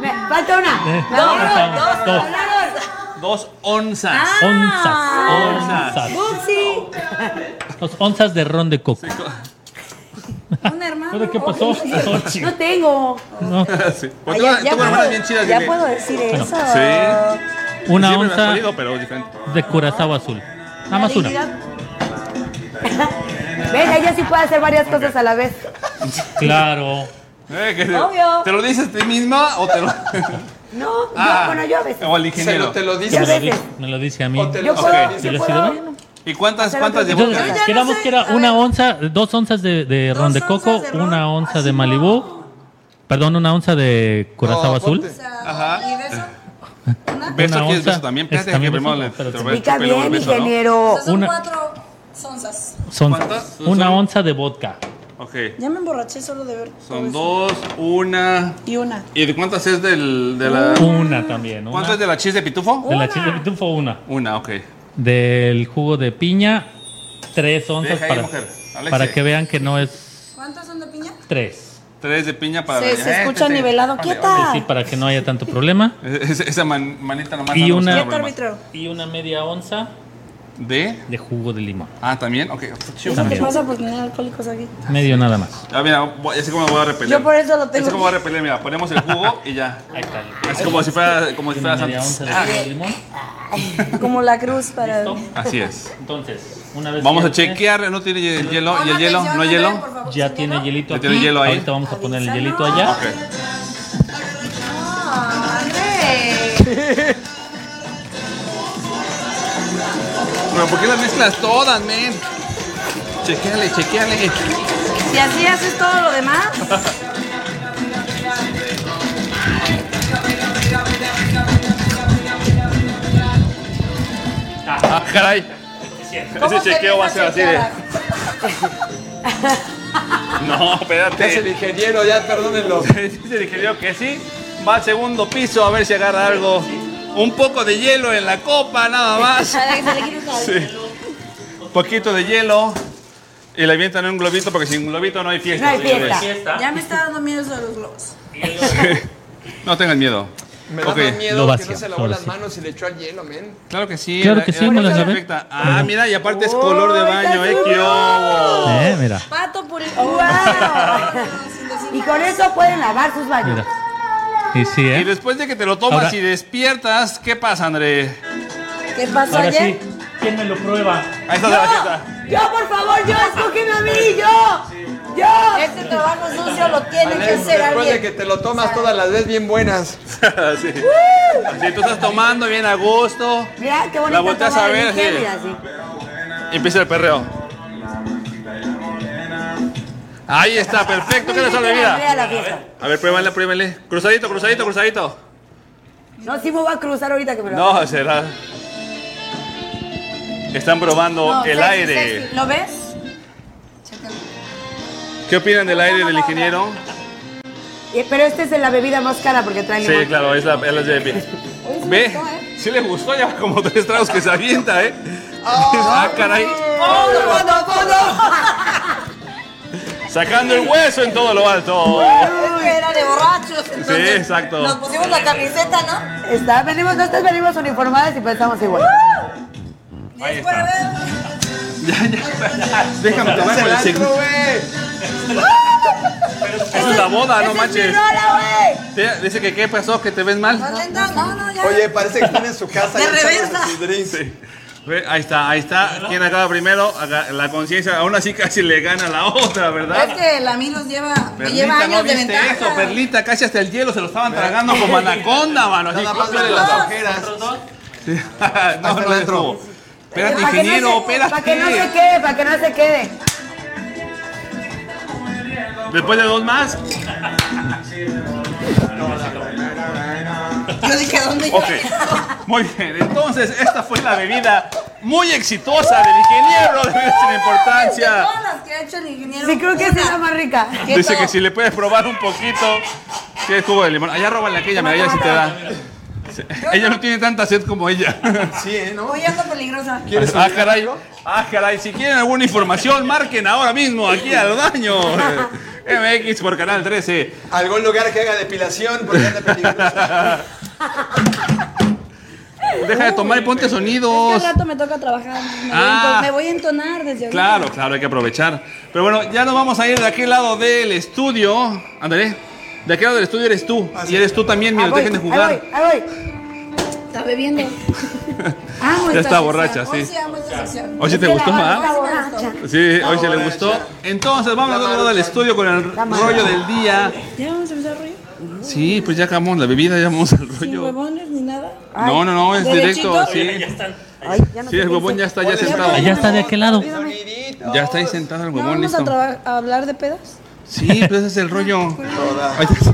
S3: Me, falta una.
S4: Eh,
S3: No,
S4: no,
S3: no,
S4: no,
S3: dos, Ah.
S4: dos.
S3: hablaron.
S1: Dos onzas.
S5: Ah.
S4: Onzas. Onzas.
S3: Upsi.
S4: Dos onzas de ron de coco.
S5: Un hermano.
S4: ¿Pero qué
S3: *laughs*
S4: pasó?
S3: No tengo.
S4: No.
S1: *laughs* Sí. Pues Bueno, tengo una-
S5: Ay, ya, ya
S1: tengo hermanas
S5: puedo,
S1: bien chidas.
S5: ya
S1: dile.
S5: puedo decir eso.
S1: Sí.
S4: Una
S1: Siempre me
S4: onza
S1: has jodido, pero diferente.
S4: de curazao azul. Nada más una.
S3: *laughs* Venga, ella sí puede hacer varias cosas a la vez.
S4: Claro.
S1: Eh, que te-
S3: Obvio.
S1: ¿Te lo dices a ti misma o te lo.?
S3: No,
S1: Ah,
S3: yo, bueno, yo a veces.
S1: O el
S2: Se
S1: ingeniero.
S2: lo, te lo
S3: Ya
S4: Me
S2: dices.
S4: lo,
S3: ves.
S4: dice, me lo dice a mí.
S2: O te lo-
S3: Yo
S1: Ok.
S3: puedo.
S1: ¿Y
S3: yo
S4: lo
S3: puedo.
S4: sido?
S1: ¿Y cuántas, cuántas de
S4: Entonces,
S1: vodka?
S3: ya no
S4: quedamos
S3: sé.
S4: que era
S3: A
S4: una
S3: ver.
S4: onza, dos onzas de, de
S3: Dos
S4: ron de
S3: onzas
S4: coco,
S3: de ron.
S4: una onza de
S3: Así
S4: Malibú,
S3: no.
S4: perdón, una onza de curazao
S2: No,
S4: azul.
S2: ponte.
S1: Ajá.
S3: ¿Y de eso?
S1: Beso,
S4: Una
S1: ¿quieres
S4: onza.
S1: beso también?
S4: Es
S1: Espérate, que
S4: también
S1: primero
S4: beso,
S1: le
S4: pero
S1: te
S4: sí.
S1: voy a chupar y luego
S3: bien,
S1: el beso, ¿no?
S3: ingeniero.
S5: Son
S4: Una-
S5: cuatro sonzas.
S4: Son
S1: ¿Cuántas?
S4: una
S1: Son-
S4: onza de vodka.
S1: Ok.
S5: Ya me emborraché solo de ver. todo
S1: Son
S5: eso.
S1: dos, una.
S5: Y una.
S1: ¿Y de cuántas es del, de la.
S4: Una también. Una,
S1: ¿Cuántas es de la chis de pitufo?
S4: de la chile de pitufo, una.
S1: Una, ok.
S4: Del jugo de piña, tres onzas
S1: Deja ahí,
S4: para,
S1: mujer. Alexia.
S4: para que vean que no es
S5: ¿Cuántas son de piña?
S4: tres.
S1: Tres de piña para.
S5: Se- se
S1: Eh,
S5: escucha
S1: sí, sí.
S5: nivelado.
S1: Vale,
S5: Quieta.
S1: vale.
S4: Sí, para que no haya tanto problema.
S1: Es- Esa man- manita nomás.
S4: Y
S1: no nos
S4: una-
S1: da
S5: Quieto,
S1: problemas.
S5: árbitro.
S4: Y una media onza
S1: ¿De?
S4: de jugo de limón.
S1: Ah, también. Ok.
S5: Eso que
S4: También.
S5: pasa por tener alcohólicos aquí.
S4: Medio nada más.
S1: Ah, mira, voy- así como lo voy a repeler.
S5: Yo por eso lo tengo
S1: Así como voy a repeler, mira, ponemos el jugo y
S4: *laughs*
S1: ya.
S4: Ahí está.
S1: Es como si fuera, como si
S4: Una
S1: fuera
S4: media onza
S1: Santos.
S4: de jugo de limón.
S5: Como la cruz para.
S4: ¿Listo?
S1: Así es.
S4: Entonces, una vez
S1: Vamos
S4: que
S1: a
S4: ya
S1: chequear, ¿no tiene hiel- hielo? ¿Y el
S3: Pongan
S1: hielo?
S3: atención,
S1: ¿No hay
S3: Andrea,
S1: hielo?
S3: por favor,
S4: esté- Ya
S3: si
S4: tiene
S3: no-
S4: hielito
S1: Ya
S4: aquí.
S1: tiene hielo ahí.
S4: Ahorita vamos a poner el hielito allá.
S1: Ok.
S3: Ah, Andrés.
S1: Pero ¿por qué las mezclas todas, men? Chequeale, chequeale.
S5: Si así haces todo lo demás.
S1: Ah, caray. Ese chequeo va a ser así de. No,
S2: ¿Qué es el
S1: espérate.
S2: ingeniero?
S1: *laughs*
S2: Ya, perdónenlo.
S1: Dice el ingeniero que sí. Va al segundo piso a ver si agarra algo. Un poco de hielo en la copa, nada
S5: *laughs*
S1: más.
S5: Para que se le quite el cabello.
S1: Sí. Poquito de hielo. Y le avientan un globito porque sin globito no hay fiesta.
S3: No hay
S1: señores.
S5: Ya me está dando miedo eso de los globos.
S1: *laughs* No tengan miedo.
S2: Me da
S1: Ok,
S2: más
S4: lo
S2: miedo que
S4: vacía,
S2: no se
S4: lo
S2: lavó las
S4: vacía.
S2: manos y le echó al hielo, men.
S1: Claro que sí.
S4: Claro que sí, me lo
S1: la
S4: sabe.
S1: perfecta. Ah, mira, y aparte es color de baño, ¿eh? ¡Qué hubo!
S4: Eh, mira,
S5: Pato puri.
S3: Y con eso pueden lavar sus baños.
S4: mira. Y sí,
S1: Y
S4: ¿eh?
S1: después de que te lo tomas
S4: Ahora-
S1: y despiertas, ¿qué pasa, André?
S5: ¿Qué pasó
S4: Ahora sí,
S5: ayer?
S4: ¿quién me lo prueba?
S1: Ahí está la receta.
S3: Yo, por favor, yo, escógeme a mí, yo. Dios.
S5: Este trabajo sucio lo tiene que
S2: Alex,
S5: hacer
S2: Eh, después de
S5: alguien.
S2: que te lo tomas todas las veces
S1: *laughs*
S2: bien buenas.
S1: así. Así tú estás tomando bien a gusto.
S3: Mira, qué bonito.
S1: La volteas a ver,
S3: así.
S1: sí. Y empieza el perreo. Ahí está, perfecto. ¿Qué le sale
S3: Andrea, la
S1: vida?
S3: fiesta.
S1: A ver, pruébenle, pruébenle. Cruzadito, cruzadito, cruzadito.
S3: No, sí me voy a cruzar ahorita que me lo
S1: No, será. Están probando
S5: No,
S1: el
S5: sexy,
S1: aire.
S5: sexy. ¿Lo ves? Chécalo.
S1: ¿Qué opinan del aire del ingeniero?
S3: Eh, Pero esta es de la bebida más cara porque trae
S1: Sí,
S3: limón.
S1: claro, es la, es la JP.
S5: Oye, sí me
S1: Ve,
S5: gustó, ¿eh?
S1: sí le gustó ya como tres tragos que se avienta, ¿eh? ah, caray.
S3: ¡Fondo, fondo, fondo!
S1: Sacando el hueso en todo lo alto.
S5: Es que Era de borrachos. entonces
S1: exacto.
S5: Nos pusimos la camiseta, ¿no?
S3: Está, venimos, nosotros venimos uniformadas y pensamos igual.
S1: Ahí
S5: Bueno,
S1: está.
S5: ve-
S2: Déjame tomar
S1: el
S2: el
S1: segundo.
S2: antro, güey.
S1: Eso es la boda, no
S3: ¡Esa es mi
S1: manches.
S3: rola, güey!
S1: Te- Dice que qué pasó, que te ves mal.
S5: no, tengas- no, no, ya.
S2: Oye, parece que están en su casa.
S5: De
S2: y echándose
S5: reversa.
S2: sus drinks.
S1: Ve, Ahí está, ahí está. ¿Quién acaba primero? Aga- La conciencia, aún así casi le gana la otra,
S5: Es
S1: ¿verdad?
S5: que la Milos lleva, me
S1: Perlita,
S5: lleva años
S1: ¿no
S5: de
S1: viste
S5: ventaja.
S1: eso? Perlita, casi hasta el hielo se lo estaban tragando como anaconda, mano. Así,
S2: Nada más
S1: cómprale *laughs*
S2: de
S1: las
S2: las ojeras.
S1: hojas. no,
S2: Hasta
S1: no,
S2: el antro.
S1: no. Espérate,
S3: Para que no
S1: ingeniero,
S3: se-
S1: espérate.
S3: Para que no se quede, para que no se quede.
S1: Después de dos más,
S5: Yo dije,
S3: Oh.
S5: ¿dónde
S1: Ok,
S5: yo?
S1: *laughs* muy bien. Entonces, esta fue la bebida muy exitosa del ingeniero de bebidas sin
S5: De
S1: importancia.
S5: todas las que ha hecho el ingeniero.
S3: Sí, creo que esa es la más rica.
S1: Dice que si le puedes probar un poquito, que es jugo de limón. Allá róbale aquella, mira, ella sí te da. Sí, Ella no tiene tanta sed como ella.
S2: Sí, ¿eh? ¿No?
S5: Hoy ando peligrosa.
S1: Ah, caray. Ah, caray. Si quieren alguna información, marquen ahora mismo aquí al
S3: *laughs*
S1: daño. MX por Canal 13.
S2: Algún lugar que haga depilación porque anda peligroso.
S1: Deja de tomar y ponte
S5: Al
S1: sonidos.
S5: rato me toca trabajar. Me,
S1: Ah.
S5: voy a entonar desde ahorita.
S1: Claro, claro, hay que aprovechar. Pero bueno, ya nos vamos a ir de aquel lado del estudio. Andaré. De aquel lado del estudio eres tú. Y eres tú también, mira,
S3: Ahí Ah, voy,
S1: dejen de
S3: Ahí
S1: jugar.
S3: voy, ahí voy.
S5: Está
S1: *laughs*
S5: bebiendo. Amo
S1: Ya
S5: esta
S1: está
S5: sección. Oh,
S1: borracha,
S5: Hoy
S1: sí.
S5: amo esta sección.
S1: Hoy sí te
S3: Es que
S1: gustó,
S3: la
S1: ¿ah?
S3: barra está borracha.
S1: Sí, hoy se le gustó. Entonces, vamos al otro lado del estudio con el rollo del día.
S5: ¿Ya vamos a empezar rollo?
S1: Sí, pues ya acabamos la bebida, ya vamos al
S5: Sin
S1: rollo.
S5: huevones ni nada.
S3: Ay,
S1: No, no, no, es directo,
S5: ¿derechito?
S1: sí.
S3: Ay, ya no
S1: Sí,
S3: sé
S1: el
S3: qué
S1: huevón
S3: hice.
S1: ya está ya sentado.
S4: Allá está de aquel lado.
S1: Ya está ahí sentado el
S5: ¿No
S1: huevón,
S5: vamos a,
S1: listo.
S5: traba- a hablar
S1: *laughs*
S5: de pedas?
S1: Sí, pues ese es el rollo. Ay, sí.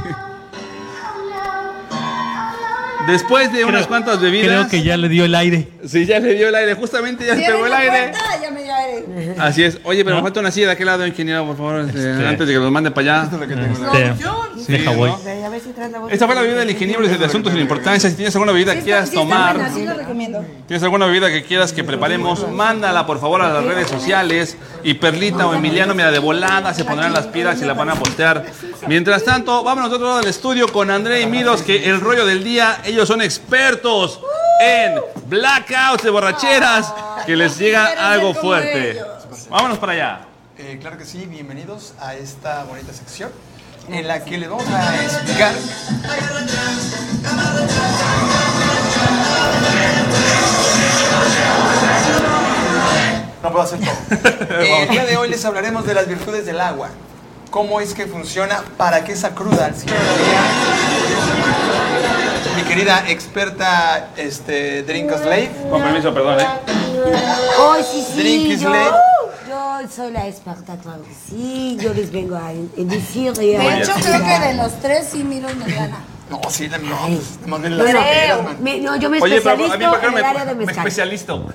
S1: Después de unas cuantas bebidas.
S4: Creo que ya le dio el aire.
S1: Sí, ya le dio el aire, justamente ya le pegó el aire.
S5: Ya me dio aire.
S1: Así es. Oye, pero me falta una silla de aquel lado, ingeniero, por favor, este, antes de que los mande para allá.
S4: Este, deja voy.
S3: A ver si traes la bolsa.
S1: Esta fue la bebida del ingeniero desde asuntos sin importancia. Si tienes alguna bebida que quieras tomar,
S5: Así lo recomiendo.
S1: tienes alguna bebida que quieras que preparemos, mándala por favor a las redes sociales. Y Perlita o Emiliano, mira, de volada se pondrán las pilas y la van a postear. Mientras tanto, vámonos a otro lado del estudio con André y Miros, que el rollo del día, ellos son expertos en blackouts de borracheras, que les
S5: Quiero
S1: llega
S5: ser
S1: algo
S5: como
S1: fuerte.
S5: ellos.
S1: Vámonos para allá.
S2: Eh, claro que sí, bienvenidos a esta bonita sección en la que les vamos a explicar. No puedo hacer todo. *laughs* Eh, el día de hoy les hablaremos de las virtudes del agua. Cómo es que funciona, para qué esa cruda. al cierre del día. Mi querida experta este, Drinkslave.
S1: Con permiso, perdón, ¿eh?
S3: Ay, sí, sí.
S2: Drink
S3: Yo,
S2: Slate.
S3: yo soy la experta, claro que sí. Yo les vengo a inducir y a.
S5: De hecho, creo que de los tres sí miro me gana.
S2: No, sí, la no, pues, nada más ven las
S3: Bueno,
S2: ojeras, man.
S3: me- no, yo me
S1: Oye, pero
S3: especializo
S1: a mí para acá
S3: en el área de
S1: me, me
S3: mezcal.
S1: especialisto.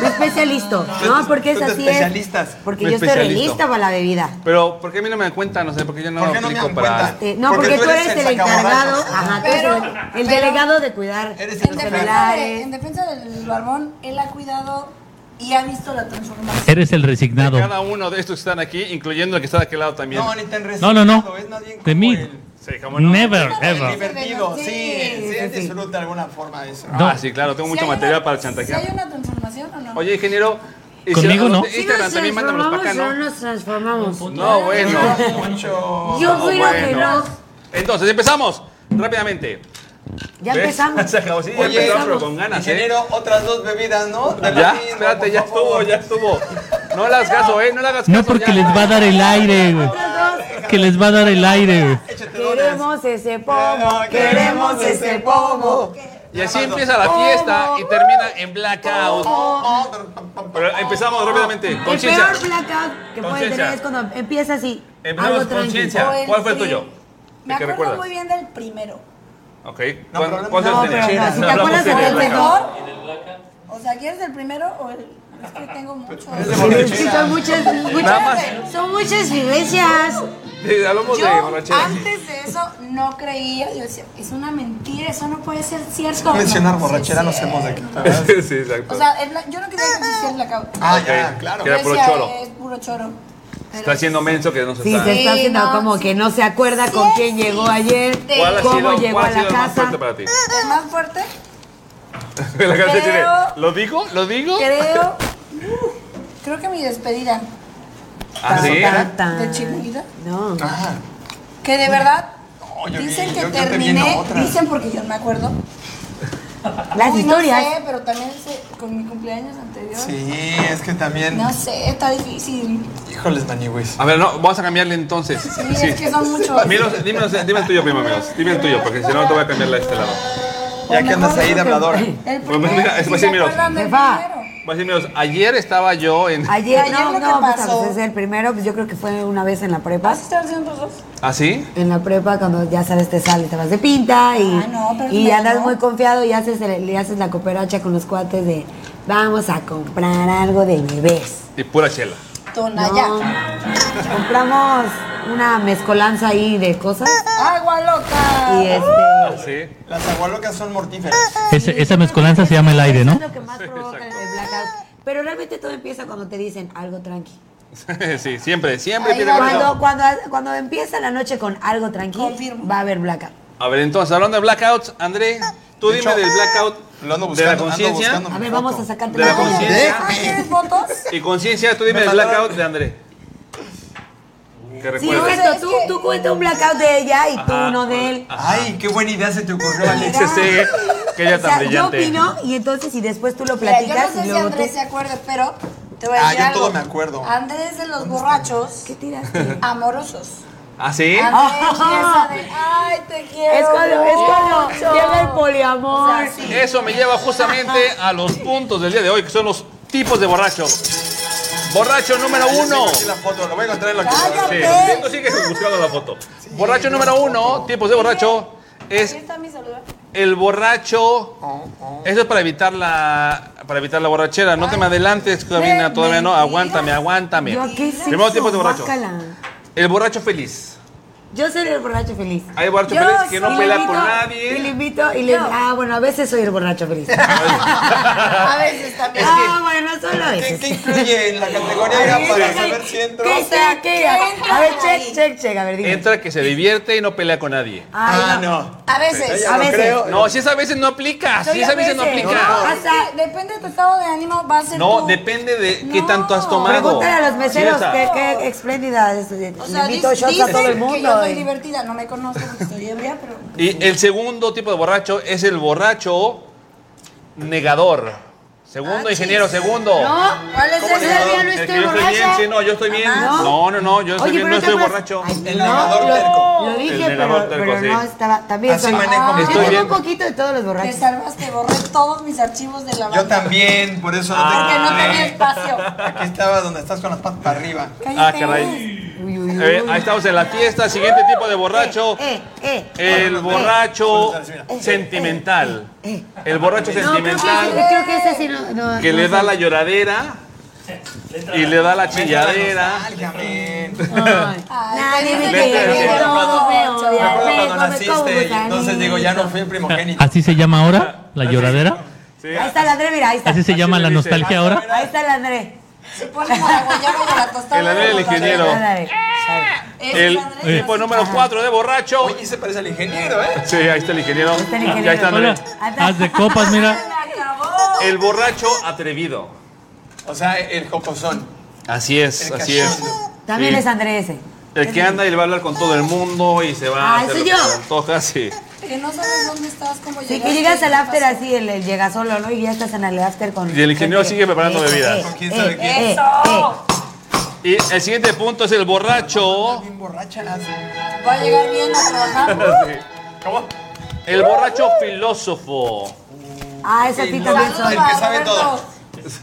S3: Me especializo. No, porque es
S2: Tú te
S3: así.
S2: especialistas.
S3: Es, porque
S1: Me
S3: yo estoy
S1: especializo.
S3: realista para la bebida.
S1: Pero, ¿por qué a mí no me dan cuenta? No sé, porque yo no
S2: ¿Por qué no me
S1: aplico
S2: dan
S1: para...
S2: cuenta?
S3: Eh, no, porque, tú eres el, encargado,
S2: sacaborrachos.
S3: ajá, tú eres
S5: Pero-
S3: el, el delegado de cuidar
S2: Eres el
S5: En
S3: los
S5: defensa, de- en
S3: celulares.
S5: defensa del barbón, él ha cuidado y ha visto la transformación.
S4: Eres el resignado.
S1: Cada uno de estos que están aquí, incluyendo el que está de aquel lado también.
S2: No, ni tan
S4: No, no, no.
S2: Es más bien
S4: De
S2: como
S4: mí. Ah.
S2: el-
S1: Sí, cómo no.
S4: Never,
S2: el
S4: ever.
S2: divertido, sí, sí,
S3: sí,
S2: él
S3: sí.
S2: disfruta de alguna forma de eso.
S1: Ah, sí, claro, tengo mucho
S5: ¿Sí hay
S1: material
S5: una-
S1: para
S5: ¿sí
S1: chantajear.
S5: hay una transformación o no?
S1: Oye, ingeniero... y si
S4: Conmigo
S1: los
S4: no.
S1: de
S3: Si
S1: Instagram
S3: nos
S1: también mándanos
S3: transformamos
S1: para acá,
S3: o no
S1: ¿no?
S3: nos transformamos.
S1: No, bueno.
S2: Mucho.
S3: Yo
S1: No,
S3: fui lo que
S1: bueno.
S3: no.
S1: Entonces, empezamos. Rápidamente.
S3: Ya
S1: ¿Ves? *laughs*
S3: empezamos.
S1: Se acabó, sí, ya
S2: Oye,
S1: empezamos, pero con ganas, ¿eh?
S2: Ingeniero, otras dos bebidas, ¿no? De lo
S1: Ya,
S2: mismo,
S1: espérate,
S2: por
S1: ya
S2: favor.
S1: estuvo, ya estuvo. No le hagas caso, eh. No le hagas caso.
S4: No porque
S1: ya.
S4: les va a dar el aire, güey. Que les va a dar el aire, güey.
S3: Queremos ese pomo, queremos ese pomo.
S1: Y así empieza la fiesta y termina en blackout. Pero empezamos rápidamente.
S3: El
S1: Conciencia.
S3: peor blackout que puede
S1: Conciencia.
S3: tener es cuando empieza así.
S1: Empezamos
S3: algo tranquilo.
S1: conciencia. ¿Cuál fue el
S5: sí.
S1: tuyo?
S5: Me
S1: ¿El que
S5: acuerdo
S1: recuerdas?
S5: muy bien del primero.
S1: Ok.
S2: No,
S1: ¿Cuál-
S2: problema-
S1: cuál
S2: no,
S1: tenías?
S2: pero no, si te
S1: hablamos
S3: acuerdas
S1: de
S3: del
S1: blackout.
S5: mejor. O sea, ¿quieres el primero o el.? Es que tengo mucho.
S3: Es que son muchas,
S1: Nada
S3: muchas,
S1: más.
S3: son muchas vivencias.
S1: Sí, hablamos de
S5: Yo
S1: borrachera.
S5: antes de eso no creía, yo decía, es una mentira, eso no puede ser cierto.
S2: Mencionar
S5: No,
S2: borrachera
S5: sí,
S2: nos
S5: sí.
S2: hemos de quitar.
S1: sí, exacto.
S5: O sea, el bla- yo no creía que existía el blackout.
S2: Ah,
S1: Ok,
S2: ya, claro.
S1: que era
S5: Yo
S1: puro
S5: decía,
S1: choro.
S5: Es puro choro. Pero
S1: Está haciendo menso que no se
S3: Sí,
S1: está.
S3: se está
S5: Sí,
S3: haciendo
S5: no,
S3: como
S5: sí.
S3: que no se acuerda con
S5: Sí,
S3: quién
S5: sí.
S3: llegó ayer,
S1: ¿Cuál ha
S3: cómo
S1: sido,
S3: llegó
S1: cuál
S3: a
S1: ha sido
S3: la
S1: el más
S3: casa.
S1: fuerte para ti? *laughs*
S5: El más fuerte,
S1: La gente tiene,
S5: Creo-
S1: ¿Lo digo? ¿Lo digo?
S5: creo. uh, creo que mi despedida
S1: Ah, sí.
S3: Tan, tan.
S5: de chiquita.
S3: No.
S2: Ah,
S5: Que de verdad.
S2: No, yo
S5: dicen
S2: vi-
S5: que
S2: yo- yo te vi en
S5: terminé,
S2: otra.
S5: dicen porque yo no me acuerdo.
S3: Las
S5: Uy,
S3: historias.
S5: No sé, pero también se- con mi cumpleaños anterior.
S2: sí, es que también.
S5: No sé, está difícil.
S2: Híjoles, maniwis.
S1: A ver, no, vamos a cambiarle entonces.
S5: Sí, es que son muchos.
S1: Milos, dímenos- dime, el tuyo primero, Milos. Dime el tuyo, porque si no te voy a cambiar la de este lado.
S2: Ya que andas ahí de habladora.
S5: El
S1: Pues mira,
S5: primero,
S1: es
S5: si
S1: más,
S5: se
S1: sí, mira.
S5: acuerdan del
S3: Jefa.
S5: primero.
S1: Voy a decir, Milos, ayer estaba yo en.
S3: Ayer,
S5: Ayer
S3: no,
S5: lo que
S3: no, pues,
S5: pasó-
S3: pues, es el primero, pues yo creo que fue una vez en la prepa.
S5: ¿Vas a estar haciendo los dos?
S1: ¿Ah, sí?
S3: En la prepa, cuando ya sabes, te sales, te vas de pinta y,
S5: Ay, Ah, no, pero
S3: y
S5: no,
S3: andas
S5: no.
S3: muy confiado y haces el- le haces la cooperacha con los cuates de vamos a comprar algo de bebés.
S1: Y pura chela.
S5: Tonaya.
S3: No. Compramos una mezcolanza ahí de cosas
S5: Agua loca.
S3: y este.
S1: ¿Ah, sí? *laughs*
S2: Las agualocas son mortíferas.
S4: Ese- esa mezcolanza se llama el aire,
S3: Es
S4: ¿no?
S3: lo que más provoca el blackout. Pero realmente todo empieza cuando te dicen algo tranqui.
S1: sí, siempre, siempre
S5: Ahí
S1: tiene
S5: va.
S1: razón.
S3: Cuando, cuando, cuando empieza la noche con algo tranqui,
S5: Confirmo.
S3: va a haber blackout.
S1: A ver, entonces, hablando de blackouts, André, tú
S2: De
S1: dime
S2: hecho,
S1: del blackout
S2: Lo ando
S1: de la
S2: buscando, ando
S1: conciencia.
S2: buscando.
S3: A
S2: mi
S3: ver,
S2: foto.
S3: vamos a sacarte
S1: De la
S3: la foto.
S1: conciencia.
S5: Ah, ¿Quieres fotos?
S1: Y conciencia, tú dime
S2: Me
S1: del
S2: mandaron-
S1: blackout de André. ¿Qué
S3: Sí,
S1: recuerdas?
S5: Pues, es
S3: exacto. Tú,
S5: que-
S3: tú cuenta un blackout de ella y tú uno
S1: pues,
S3: de él.
S2: Ay, qué buena idea se te ocurrió, Alex.
S1: Dice, sí, ah, que ella
S3: O
S1: tan
S3: sea, yo
S1: brillante.
S3: opino y entonces y después tú lo
S5: Mira, yo no
S3: platicas
S5: sé
S3: y
S5: si
S3: luego tú...
S5: Andrés se acuerde, pero te voy a
S2: Ah,
S5: decir
S2: yo
S5: algo.
S2: todo me acuerdo.
S5: Andrés de los borrachos
S3: ¿Qué tiraste? *laughs*
S5: amorosos.
S1: ¿Ah, sí?
S5: Andrés empieza de, ay, te quiero
S3: Es cuando, es cuando
S5: mucho".
S3: llega el
S5: O
S3: poliamor.
S5: sea, sí.
S1: Eso me lleva justamente a los puntos del día de hoy, que son los tipos de borrachos. Borracho número uno.
S2: Aquí la foto, lo voy a encontrar en la
S5: Cállate.
S1: Sí, tú sigues buscando la foto. Borracho número uno, tipos de borracho, es
S5: Ahí está mi celular.
S1: el borracho. Eso es para evitar la para evitar la borrachera. No te me adelantes, Carolina, todavía no. Aguántame, aguántame.
S3: Yo, ¿qué es
S1: Primero
S3: eso?
S1: tipos de borracho.
S3: Guácala.
S1: El borracho feliz.
S3: Yo soy el borracho feliz.
S1: Hay borracho
S5: Yo
S1: feliz que
S5: soy-
S1: no
S3: Y le
S1: pelea
S3: invito-
S1: con
S3: Y le
S1: nadie.
S3: invito y le... Ah, bueno, a veces soy el borracho
S1: *laughs*
S3: feliz.
S5: *laughs* A veces también.
S3: ah, bueno, solo a
S2: ¿Qué,
S3: veces.
S2: qué incluye en la categoría
S3: A
S2: ya
S3: ver,
S2: para
S3: ¿qué-
S2: saber si entro?
S3: ¿Qué sea, qué?
S5: entra
S3: A ver,
S5: ahí.
S3: check, check, check. A ver, dime.
S1: Entra que se divierte y no pelea con nadie.
S3: Ay,
S2: Ah,
S3: no.
S2: no.
S5: A veces.
S2: Ya no
S3: A veces.
S2: creo.
S1: No, si esa veces no aplica. Si
S3: Soy
S1: esa
S3: a
S1: veces no
S3: veces.
S1: aplica.
S3: No.
S5: Hasta- depende de tu estado de ánimo, va a ser
S1: No,
S5: tú.
S1: depende de qué
S5: No.
S1: tanto has tomado.
S3: Pregúntale a los meseros
S1: Sí, esa.
S3: qué, qué espléndida es.
S5: O sea,
S3: Le invito
S5: dic-
S3: shots a
S5: dicen
S3: todo el
S5: que yo
S3: mundo. eh.
S5: soy
S3: y-
S5: divertida, no me conozco porque estoy ebria, pero...
S1: Y el segundo tipo de borracho es el borracho negador. Segundo,
S5: Ah,
S1: ingeniero,
S5: chis.
S1: segundo.
S5: ¿Cuál es
S3: ese? Todavía no
S1: El que
S3: estoy
S1: yo estoy bien,
S3: borracha.
S1: sí, no, yo estoy bien.
S3: Ajá.
S1: No, no, no, yo estoy
S3: Oye,
S1: bien,
S3: pero
S1: no estoy
S3: te acuerdas-
S1: borracho.
S3: Ay,
S2: El
S3: no,
S2: negador
S3: lo-
S2: terco.
S3: Lo dije,
S1: El
S3: pero,
S1: negador terco,
S3: pero
S1: sí.
S3: no estaba. También
S2: Así
S3: soy-
S2: manejo
S3: Ah,
S2: mi-
S3: yo
S1: Estoy
S3: tengo
S1: bien.
S3: un poquito de todos los
S5: Te
S3: borrachos.
S5: salvaste, borré todos mis archivos de la banda.
S2: Yo también, por eso no
S5: Porque
S2: tengo.
S5: no
S3: Ah.
S5: tenía espacio.
S2: Aquí estaba donde estás con las patas para arriba.
S1: Ah,
S5: Cállate.
S1: caray.
S3: Uy, uy, uy.
S1: Eh, ahí estamos en la fiesta. Siguiente tipo de borracho.
S3: Eh, eh, eh.
S1: El borracho sentimental. El borracho
S3: eh. No, creo que, ese,
S1: sentimental
S3: creo que ese sí no. no
S1: que
S3: no
S1: le da
S3: sé.
S1: la lloradera y le da la chilladera.
S2: Salga, men.
S3: Ay,
S5: Ay,
S3: Nadie me
S5: vete,
S3: quiere,
S5: vete,
S3: pero
S5: cuando-
S2: Me
S3: me odia,
S2: acuerdo
S3: me
S2: cuando
S3: come como
S2: naciste y entonces digo, ya no fui el primogénito.
S4: ¿Así se llama ahora? ¿La lloradera?
S1: Sí.
S3: Ahí está el André, mira, ahí está.
S4: ¿Así se llama la
S1: le dice.
S4: nostalgia ahora?
S3: Ahí está el André.
S5: Se pone como la guayaba y la tostada.
S1: El André del
S5: Como la-
S1: ingeniero. Pero-
S3: Ándale.
S5: Ese
S1: El
S5: Andrés es
S1: tipo
S5: así.
S1: número 4 de borracho.
S2: Oye, se parece al ingeniero, ¿eh?
S1: Sí, ahí está el ingeniero.
S3: está el ingeniero.
S1: Ya está André.
S4: Hola, haz de copas, mira.
S5: Se acabó.
S1: El borracho atrevido.
S2: O sea, el cocosón.
S1: Así es,
S2: El
S1: así es.
S2: cachondo.
S3: También
S1: Sí.
S3: es André ese.
S1: El que anda y le va a hablar con todo el mundo y se va
S3: Ah,
S1: a hacer
S3: soy
S1: lo que
S3: yo.
S1: se le antoja, sí.
S5: Que no sabes dónde estás, cómo llegaste.
S3: Sí, que llegas al
S5: qué
S3: after
S5: pasó.
S3: así, el, el llega solo, ¿no? Y ya estás en el after con. Eh,
S1: Y el ingeniero sigue preparando bebidas.
S2: ¿Con quién sabe quién?
S5: ¡Eso!
S1: Y el siguiente punto es el borracho.
S2: Bien borracha las.
S3: Voy a llegar bien a *laughs* trabajar.
S2: ¿Cómo?
S1: El borracho filósofo.
S3: Ah, esa a ti
S2: El
S3: también
S2: no-
S3: son.
S2: el que sabe todo.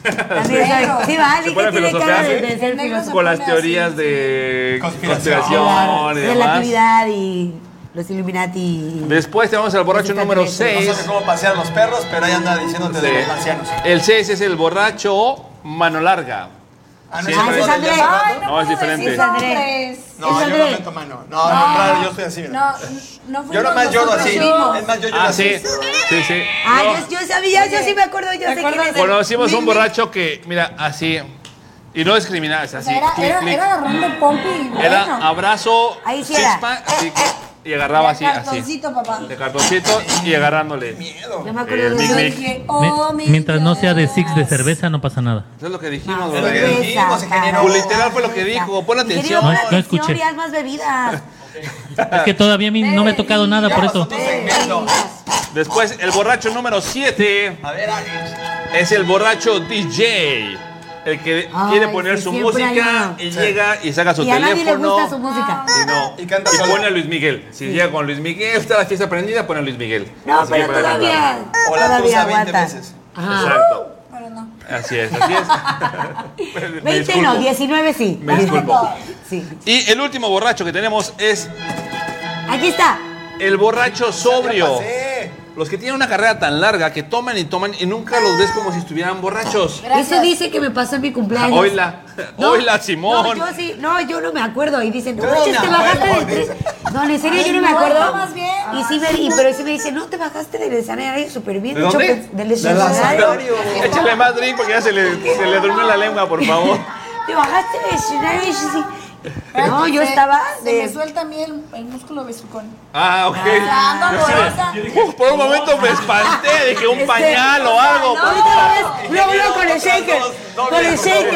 S3: También soy. Sí, va,
S1: Se ¿eh?
S3: dije
S1: pone a
S3: que tiene cara de,
S1: filosofiar,
S3: de ser filósofo.
S1: Con las teorías de
S2: Conspiración.
S1: conspiración y
S3: de la
S1: demás.
S3: actividad y los Illuminati.
S1: Después tenemos al borracho número 6.
S2: No sé cómo pasear a los perros, pero ahí anda diciéndote de los ancianos.
S1: El 6 es el borracho mano larga.
S2: Ah,
S1: Sí,
S2: ¿ese
S1: pero-
S2: es el del hace rato?
S5: Ay,
S1: No, es
S5: puedo
S1: diferente.
S5: decir
S3: Es Andrés.
S5: nombres.
S2: No, yo
S3: ¿Es
S2: no
S3: André?
S2: meto mano. No, no,
S5: Ah.
S2: claro, yo estoy así, mira.
S5: No, no fuimos
S2: Pues Yo nomás lloro
S5: nosotros
S2: así.
S5: mismos.
S2: Es más, yo lloro
S1: Ah, sí.
S2: así.
S1: Sí, sí.
S3: Ah,
S1: No.
S3: yo, yo sabía, yo sí me acuerdo, yo sé quién es.
S1: Conocimos un borracho que, mira, así. Y no es criminal, es así.
S5: Era,
S1: clic,
S5: era,
S1: clic.
S5: era agarrando el pompi. y Bueno,
S1: Era abrazo,
S3: Ahí sí era.
S1: six-pack, así, y agarraba así, así.
S5: cartoncito, papá.
S1: De cartoncito y agarrándole.
S2: Miedo.
S3: Yo me acuerdo
S1: Eh,
S3: de
S1: Mic,
S5: Yo
S3: eso.
S1: mic.
S5: dije,
S4: Mi-
S5: oh, mi
S4: mientras no sea de six de
S5: Dios.
S4: cerveza, no pasa nada.
S1: Eso es lo que dijimos,
S3: Ah,
S2: lo que
S1: ¿verdad?
S2: dijimos, ingeniero.
S1: Pues, literal fue lo que dijo, pon atención.
S3: Pon
S4: No, no
S3: atención
S4: escuché.
S3: y haz más bebidas.
S4: Es que todavía a mí no me ha tocado nada Ah, por
S2: Ya
S4: eso.
S2: pasó tu segmento.
S1: Después, el borracho número 7
S2: A ver, Alex.
S1: es el borracho DJ. El que
S3: Ay,
S1: quiere poner
S3: sí,
S1: su
S3: siempre hay
S1: música
S3: uno.
S1: y llega y saca su
S3: Y a
S1: teléfono.
S3: nadie le gusta su música.
S1: Y no.
S2: Y canta
S1: Y
S2: solo.
S1: pone a Luis Miguel. Si llega con Luis Miguel, está la fiesta prendida, pone a Luis Miguel.
S3: No,
S1: Así
S3: pero
S1: para cantar.
S3: todavía.
S2: O la
S3: todavía
S2: tusa 20
S3: aguanta.
S2: veces.
S3: Ajá.
S1: Exacto.
S5: Pero no.
S1: Así es, así es. Me
S3: *laughs* 20
S1: disculpo.
S3: no, 19 sí.
S1: Me disculpo.
S3: Sí.
S1: Y el último borracho que tenemos es
S3: Aquí está.
S1: el borracho sobrio.
S2: Pasé.
S1: Los que tienen una carrera tan larga que toman y toman y nunca los ves como si estuvieran borrachos.
S3: Eso dice que me pasó en mi cumpleaños.
S1: Oila, oila, Simón.
S3: No, yo sí, no, yo no me acuerdo. Y dicen, no,
S2: Yo no
S3: manches,
S2: me
S3: te bajaste
S2: acuerdo,
S3: de
S2: dice.
S3: No, en serio,
S5: Ay,
S3: yo no me
S5: no,
S3: acuerdo.
S5: no, más bien.
S3: Y sí me, y, pero sí me dicen, no, te bajaste del escenario súper bien.
S1: ¿De
S3: hecho,
S1: dónde?
S3: pues, Del escenario.
S2: Lazario.
S1: Échale más drink porque ya se le, se le durmió la lengua, por favor.
S3: Te bajaste del escenario. Y yo sí. No, yo estaba
S5: Se me
S3: de...
S5: suelta a mí el, el músculo besucón.
S1: Ah,
S5: Ah,
S1: ok. Yo sí de-
S5: amorosa.
S1: yo dije, "Uf, por un momento me espanté, dije un
S3: Este,
S1: pañal o algo.
S3: No, ahorita ves, luego, luego con el shaker.
S2: Doble,
S3: Con el
S2: por favor.